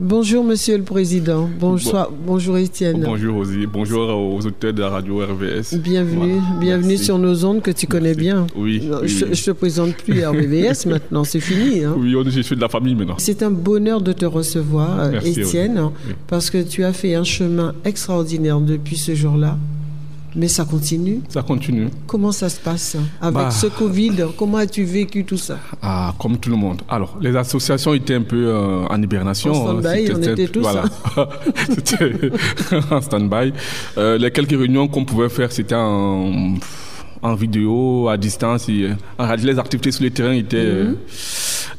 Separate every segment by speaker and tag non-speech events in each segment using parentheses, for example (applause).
Speaker 1: Bonjour, Monsieur le Président. Bonsoir, bonjour, Étienne.
Speaker 2: Bonjour Rosie, bonjour aux auteurs de la radio RVS.
Speaker 1: Bienvenue,
Speaker 2: Voilà.
Speaker 1: bienvenue
Speaker 2: Merci.
Speaker 1: sur nos ondes que tu connais bien.
Speaker 2: Oui,
Speaker 1: Non,
Speaker 2: oui,
Speaker 1: je,
Speaker 2: oui.
Speaker 1: je te présente
Speaker 2: (laughs)
Speaker 1: plus à RBVS maintenant, c'est fini. hein.
Speaker 2: Oui, on est- je suis de la famille maintenant.
Speaker 1: C'est un bonheur de te recevoir, euh,
Speaker 2: Merci,
Speaker 1: Étienne, hein,
Speaker 2: Oui.
Speaker 1: parce que tu as fait un chemin extraordinaire depuis ce jour-là. Mais ça continue.
Speaker 2: Ça continue.
Speaker 1: Comment ça se passe hein, avec
Speaker 2: Bah.
Speaker 1: ce Covid Comment as-tu vécu tout ça
Speaker 2: Ah, comme tout le monde. Alors, les associations étaient un peu euh, en hibernation.
Speaker 1: En stand-by,
Speaker 2: C'était-
Speaker 1: on était tous, hein.
Speaker 2: Voilà. (laughs) c'était en stand-by. Euh, les quelques réunions qu'on pouvait faire, c'était en, en vidéo, à distance. et, euh, en réalité, les activités sur le terrain étaient.
Speaker 1: Mhm.
Speaker 2: euh,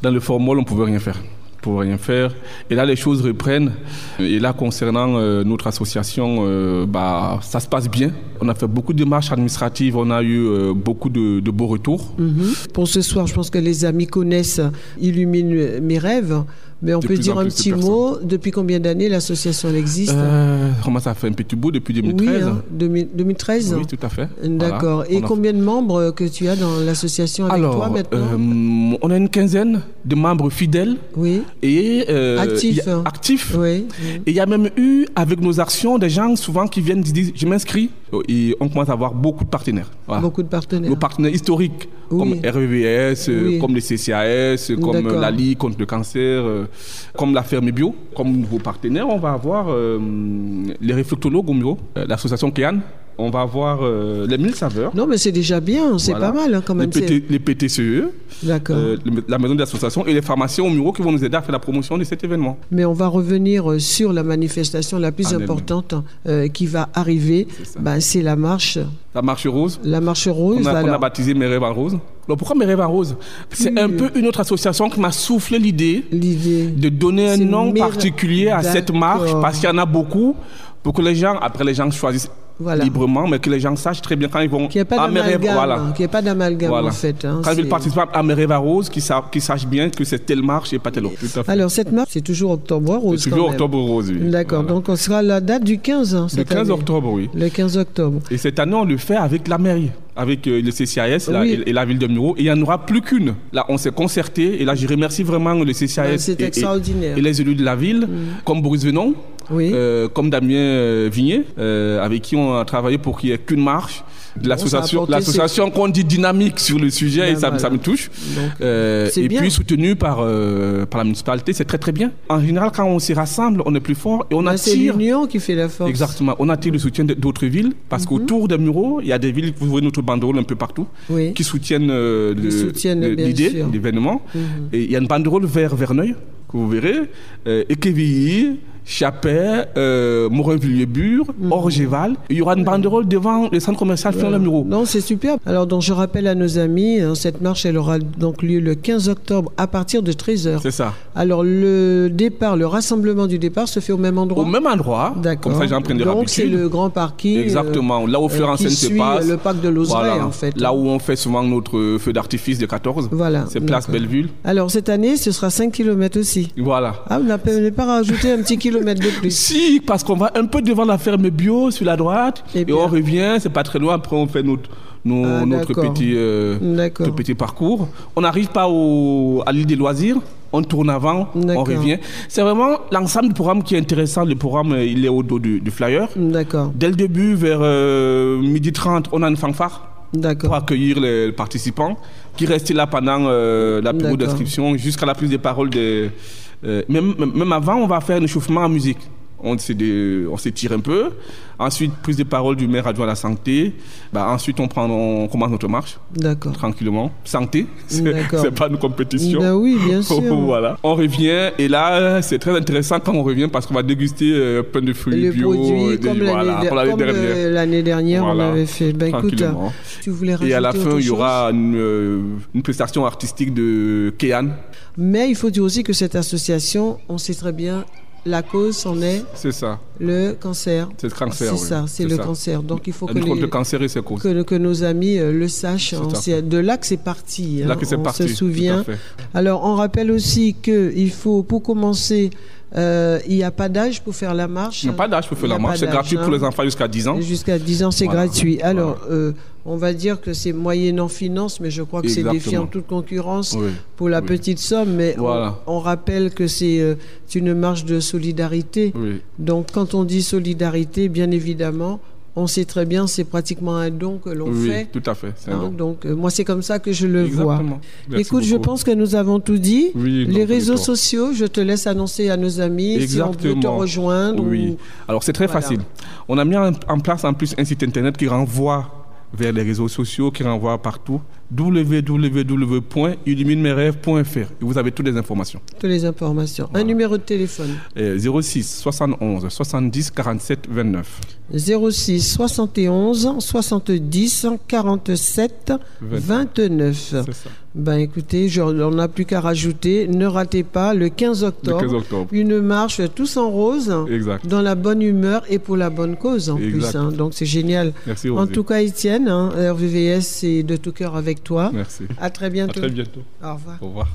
Speaker 2: dans le formol, on pouvait rien faire. On pouvait rien faire. Et là, les choses reprennent. Et là, concernant euh, notre association, euh, bah, ça se passe bien. On a fait beaucoup de démarches administratives, on a eu euh, beaucoup de, de beaux retours.
Speaker 1: Mhm. Pour ce soir, je pense que les amis connaissent Illumine euh, mes rêves, mais on
Speaker 2: De
Speaker 1: peut
Speaker 2: plus
Speaker 1: dire un
Speaker 2: en plus de
Speaker 1: petit
Speaker 2: personnes.
Speaker 1: mot. Depuis combien d'années l'association elle existe
Speaker 2: Euh, comment ça fait un petit bout depuis 2013
Speaker 1: Oui, hein, 2000 2013.
Speaker 2: Oui, tout à fait.
Speaker 1: D'accord.
Speaker 2: Voilà.
Speaker 1: Et
Speaker 2: On a-
Speaker 1: combien de membres euh, que tu as dans l'association avec
Speaker 2: Alors,
Speaker 1: toi maintenant
Speaker 2: euh, on a une quinzaine de membres fidèles
Speaker 1: Oui,
Speaker 2: et euh,
Speaker 1: Actifs,
Speaker 2: il y a-
Speaker 1: hein.
Speaker 2: actifs.
Speaker 1: oui.
Speaker 2: Et il y a même eu, avec nos actions, des gens souvent qui viennent qui disent Je m'inscris. Et on commence à avoir beaucoup de partenaires. Voilà.
Speaker 1: Beaucoup de partenaires.
Speaker 2: Ah. Nos partenaires historiques,
Speaker 1: Oui.
Speaker 2: comme RVVS, euh,
Speaker 1: Oui.
Speaker 2: comme les CCAS, euh, comme
Speaker 1: D'accord.
Speaker 2: euh, la Ligue contre le cancer, euh, comme la Ferme Bio. Comme nouveaux partenaires, on va avoir euh, les réflectologues au bureau, euh, l'association Kéan. On va avoir euh, les mille saveurs.
Speaker 1: Non, mais c'est déjà bien, c'est
Speaker 2: Voilà.
Speaker 1: pas mal hein, quand même.
Speaker 2: Les, PT les PTCE,
Speaker 1: c'est- D'accord.
Speaker 2: E, euh, le- la maison de l'association et les pharmaciens au bureau qui vont nous aider à faire la promotion de cet événement.
Speaker 1: Mais on va revenir euh, sur la manifestation la plus
Speaker 2: En elle-même.
Speaker 1: importante euh, qui va arriver. Ben,
Speaker 2: Ah, C'est
Speaker 1: C'est
Speaker 2: ça.
Speaker 1: la marche,
Speaker 2: La marche rose.
Speaker 1: la marche rose.
Speaker 2: On a, on a
Speaker 1: alors.
Speaker 2: baptisé Mes rêves en rose. Alors pourquoi Mes rêves en rose C'est un peu une autre association qui m'a soufflé l'idée
Speaker 1: L'idée.
Speaker 2: de donner un
Speaker 1: C'est
Speaker 2: nom
Speaker 1: Mes
Speaker 2: particulier à
Speaker 1: Rêves.
Speaker 2: cette marche
Speaker 1: D'accord.
Speaker 2: parce qu'il y en a beaucoup pour que les gens, après les gens choisissent
Speaker 1: Voilà.
Speaker 2: librement, mais que les gens sachent très bien quand ils vont
Speaker 1: Qu'il n'y ait pas
Speaker 2: à Mes rêves.
Speaker 1: d'amalgame.
Speaker 2: Ah, Voilà.
Speaker 1: hein, Qu'il n'y ait pas d'amalgame
Speaker 2: Voilà.
Speaker 1: en fait. hein,
Speaker 2: quand ils
Speaker 1: c'est-
Speaker 2: veulent participer à Mes rêves en rose, qu'ils sa- qu'ils sachent bien que c'est telle marche et pas telle autre. Tout à fait.
Speaker 1: Alors cette marche, c'est toujours octobre rose.
Speaker 2: C'est toujours
Speaker 1: quand même.
Speaker 2: octobre rose. oui.
Speaker 1: D'accord.
Speaker 2: Voilà.
Speaker 1: Donc on sera à la date du 15. hein,
Speaker 2: Le
Speaker 1: cette
Speaker 2: 15
Speaker 1: année.
Speaker 2: octobre, oui.
Speaker 1: Le 15 octobre.
Speaker 2: Et cette année, on le fait avec la mairie, avec euh, le CCIS la-
Speaker 1: Oui.
Speaker 2: et, et la ville de Muro. Et il n'y en aura plus qu'une. Là, on s'est concerté. Et là, je remercie vraiment le CCIS
Speaker 1: Ben,
Speaker 2: et-
Speaker 1: c'est
Speaker 2: et,
Speaker 1: extraordinaire. Mm.
Speaker 2: et les élus de la ville, comme Boris Venon,
Speaker 1: Oui.
Speaker 2: euh, comme Damien euh, Vigné, euh, avec qui on a travaillé pour qu'il n'y ait qu'une marche. de L'association
Speaker 1: Oh, apporté
Speaker 2: l'association qu'on dit dynamique sur le sujet,
Speaker 1: Ben
Speaker 2: et ça, me- ça
Speaker 1: voilà.
Speaker 2: me touche.
Speaker 1: Donc,
Speaker 2: Euh,
Speaker 1: c'est
Speaker 2: et
Speaker 1: bien.
Speaker 2: puis soutenu par, euh, par la municipalité, c'est très très bien. En général, quand on se rassemble, on est plus fort et on
Speaker 1: Ben, c'est
Speaker 2: attire
Speaker 1: l'union qui fait la force.
Speaker 2: Exactement. On attire le soutien de- d'autres villes parce qu'autour des Mureaux, il y a des villes, vous voyez notre banderole un peu partout,
Speaker 1: Mhm. Oui.
Speaker 2: qui soutiennent euh, le-
Speaker 1: soutiennent,
Speaker 2: le-
Speaker 1: bien
Speaker 2: l'idée,
Speaker 1: sûr. Mhm.
Speaker 2: l'événement. Et il y a une banderole vers Verneuil, que vous verrez, euh, Équevilly, Chapet, euh, Morin-Villiers-Bure,
Speaker 1: Mhm.
Speaker 2: Orgeval. Il y aura une banderole devant le centre commercial Fion le Mureau.
Speaker 1: Non, c'est superbe. Alors, donc, je rappelle à nos amis, hein, cette marche, elle aura donc lieu le 15 octobre à partir de 13h.
Speaker 2: C'est ça.
Speaker 1: Alors, le départ, le rassemblement du départ se fait au même endroit
Speaker 2: Au même endroit,
Speaker 1: D'accord.
Speaker 2: comme ça j'en prends de
Speaker 1: Donc, c'est
Speaker 2: l'habitude.
Speaker 1: le grand parking. euh,
Speaker 2: Exactement, là où Florence
Speaker 1: qui
Speaker 2: se
Speaker 1: suit
Speaker 2: passe.
Speaker 1: le parc de Lozray,
Speaker 2: Voilà.
Speaker 1: en fait.
Speaker 2: Là où on fait souvent notre euh, feu d'artifice de 14.
Speaker 1: Voilà,
Speaker 2: C'est place
Speaker 1: d'accord.
Speaker 2: Belleville.
Speaker 1: Alors, cette année, ce sera 5 km aussi.
Speaker 2: Voilà.
Speaker 1: Ah, vous n'avez pas rajouté un petit kilomètre de plus.
Speaker 2: Si, parce qu'on va un peu devant la ferme bio sur la droite
Speaker 1: Et
Speaker 2: et,
Speaker 1: Eh bien.
Speaker 2: on revient, c'est pas très loin. Après, on fait notre, nos-
Speaker 1: Ah,
Speaker 2: notre,
Speaker 1: d'accord. Mm.
Speaker 2: petit, euh,
Speaker 1: D'accord.
Speaker 2: notre petit parcours. On n'arrive pas au, à l'île des loisirs, on tourne avant, on
Speaker 1: D'accord.
Speaker 2: revient. C'est vraiment l'ensemble du programme qui est intéressant. Le programme, euh, il est au dos du, du flyer.
Speaker 1: Mm. D'accord,
Speaker 2: Dès le début, vers euh, midi 30, on a une fanfare pour
Speaker 1: d'accord.
Speaker 2: accueillir les participants qui restent là pendant euh, la période
Speaker 1: D'accord.
Speaker 2: d'inscription jusqu'à la prise de parole. des- euh, même, même- même avant, on va faire un échauffement en musique. On s'é- on s'étire un peu. Ensuite, prise de parole du maire adjoint à la santé. Bah, ensuite, on, prend, on commence notre marche
Speaker 1: D'accord.
Speaker 2: tranquillement. Santé, (laughs) c'est
Speaker 1: D'accord.
Speaker 2: c'est pas une compétition.
Speaker 1: Ben oui,
Speaker 2: (laughs)
Speaker 1: bien sûr.
Speaker 2: voilà. On revient et là, c'est très intéressant quand on revient parce qu'on va déguster euh, plein de fruits
Speaker 1: Le
Speaker 2: bio.
Speaker 1: produit,
Speaker 2: et des-
Speaker 1: comme l'année
Speaker 2: voilà,
Speaker 1: de-
Speaker 2: comme l'année
Speaker 1: comme, euh,
Speaker 2: dernière.
Speaker 1: l'année dernière, on
Speaker 2: Voilà.
Speaker 1: l'avait fait. Ben écoute,
Speaker 2: Tranquillement.
Speaker 1: tu voulais rajouter
Speaker 2: Et à la
Speaker 1: autre
Speaker 2: fin, il y
Speaker 1: chose
Speaker 2: aura une, euh, une prestation artistique de Kéan.
Speaker 1: Mais il faut dire aussi que cette association, on sait très bien, la cause en est
Speaker 2: C'est ça,
Speaker 1: le cancer.
Speaker 2: c'est le
Speaker 1: C'est
Speaker 2: cancer. oui.
Speaker 1: ça, c'est le
Speaker 2: ça.
Speaker 1: cancer. Donc il faut
Speaker 2: La
Speaker 1: que,
Speaker 2: lutte contre
Speaker 1: les-
Speaker 2: le cancer et ses causes.
Speaker 1: que, que nos amis euh, le sachent.
Speaker 2: Tout à
Speaker 1: On
Speaker 2: fait.
Speaker 1: sait- de là que c'est parti.
Speaker 2: Là
Speaker 1: hein.
Speaker 2: que c'est
Speaker 1: on se
Speaker 2: parti.
Speaker 1: souvient.
Speaker 2: tout à fait.
Speaker 1: Alors on rappelle aussi que il faut, pour commencer, euh, il n'y a pas d'âge pour faire la marche.
Speaker 2: Il n'y a pas d'âge pour
Speaker 1: Il
Speaker 2: faire
Speaker 1: n'y a
Speaker 2: la
Speaker 1: pas
Speaker 2: marche. C'est
Speaker 1: d'âge,
Speaker 2: gratuit
Speaker 1: hein.
Speaker 2: pour les enfants jusqu'à 10 ans.
Speaker 1: Jusqu'à 10 ans, c'est
Speaker 2: Voilà,
Speaker 1: gratuit. Alors, euh, on va dire que c'est moyennant finance, mais je crois que c'est défiant toute concurrence oui, pour la oui. petite somme. Mais voilà. on, on, rappelle que c'est euh, une marge de solidarité. Oui. Donc quand on dit solidarité, bien évidemment, on sait très bien, c'est pratiquement un don que l'on
Speaker 2: oui,
Speaker 1: fait.
Speaker 2: tout à fait.
Speaker 1: Hein, don. Donc, euh, moi, c'est comme ça que je le Exactement. vois. Merci Écoute, beaucoup. je pense que nous avons tout dit. Oui, les réseaux sociaux, je te laisse annoncer à nos amis Exactement. si on peut te rejoindre.
Speaker 2: Oui. Ou... Alors, c'est très voilà. facile. On a mis en, en place en plus un site internet qui renvoie vers les réseaux sociaux, qui renvoie partout www.illuminemerêves.fr. Vous avez toutes les informations.
Speaker 1: Toutes les informations. Voilà. Un numéro de téléphone.
Speaker 2: Et 06 71 70 47 29.
Speaker 1: 06 71 70 47 29. Ça. Ben écoutez, je, on n'a plus qu'à rajouter. Ne ratez pas le 15 octobre. Le 15 octobre. Une marche tous en rose.
Speaker 2: Exact.
Speaker 1: Dans la bonne humeur et pour la bonne cause en exact. plus. Hein. Donc c'est génial.
Speaker 2: Merci.
Speaker 1: En
Speaker 2: Rosie.
Speaker 1: tout cas, Étienne, hein, RVVS, c'est de tout cœur avec toi.
Speaker 2: Merci.
Speaker 1: À très bientôt.
Speaker 2: À très bientôt.
Speaker 1: Au revoir.
Speaker 2: Au revoir.